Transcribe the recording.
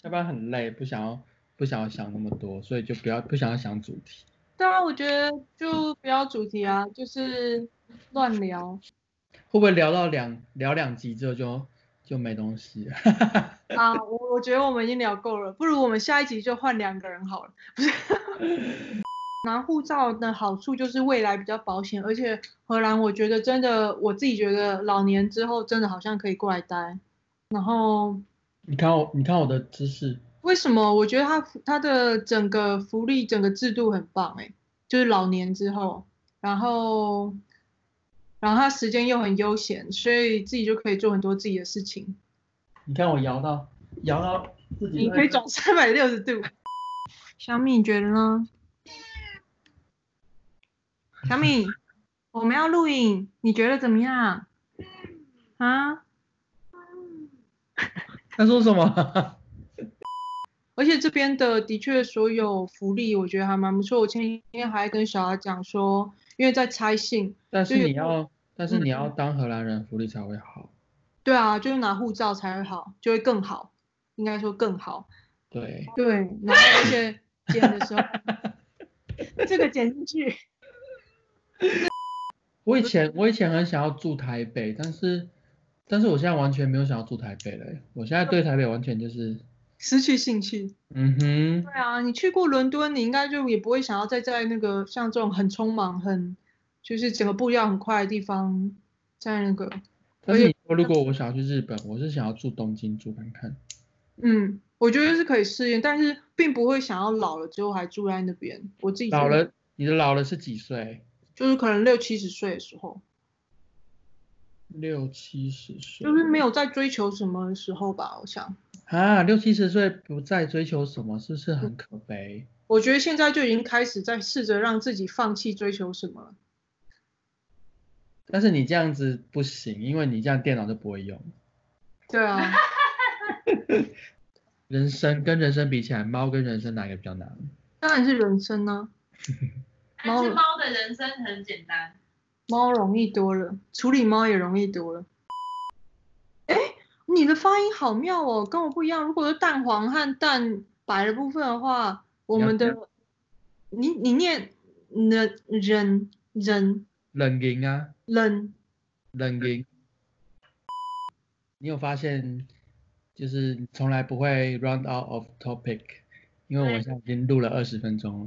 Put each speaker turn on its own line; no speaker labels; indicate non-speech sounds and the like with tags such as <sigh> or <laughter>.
下班很累，不想要不想要想那么多，所以就不要不想要想主题。
对啊，我觉得就不要主题啊，就是乱聊
会不会聊到两聊两集之后就就没东西了？ <laughs>
啊。我我觉得我们已经聊够了，不如我们下一集就换两个人好了，不是？拿护照的好处就是未来比较保险，而且荷兰我觉得真的，我自己觉得老年之后真的好像可以过来待。然后
你看我你看我的知识，
为什么？我觉得它它的整个福利、整个制度很棒、欸，就是老年之后，然后，然后它时间又很悠闲，所以自己就可以做很多自己的事情。
你看我摇到摇到自己
你
都在，
可以转三百六十度。小米，你觉得呢？小米，我们要录影，你觉得怎么样？啊？
他说什么？ <laughs>
而且这边的的确所有福利，我觉得还蛮不错。我前几天还跟小孩讲说，因为在拆信，
但是
就有
你要但是
嗯
你要当荷兰人，福利才会好。
对啊，就是拿护照才会好，就会更好，应该说更好。
对，
对，然后而 <laughs> 且剪的时候，这个剪进去，
我以前我以前很想要住台北，但是但是我现在完全没有想要住台北了欸，我现在对台北完全就是
失去兴趣。
嗯哼
对，啊，你去过伦敦，你应该就也不会想要再在那个像这种很匆忙、很就是整个步调很快的地方，在那个
但是你说如果我想要去日本，我是想要住东京住看看。
嗯，我觉得是可以适应，但是并不会想要老了之后还住在那边。我自己觉得
老了，你的老了是几岁？
就是可能六七十岁的时候，
六七十岁
就是没有在追求什么的时候吧。我想，
啊，六七十岁不再追求什么，是不是很可悲？
我觉得现在就已经开始在试着让自己放弃追求什么了。
但是你这样子不行，因为你这样电脑就不会用。
对啊，
人生跟人生比起来，猫跟人生哪个比较难？
当然是人生啊呢、
但是猫的人生很简单，
猫容易多了，处理猫也容易多了。哎，你的发音好妙哦，跟我不一样。如果是蛋黄和蛋白的部分的话，我们
你
的你你念人人人
冷凝啊，
人，
冷凝。你有发现，
嗯
就是从来不会 run out of topic，因为我现在已经录了二十分钟了。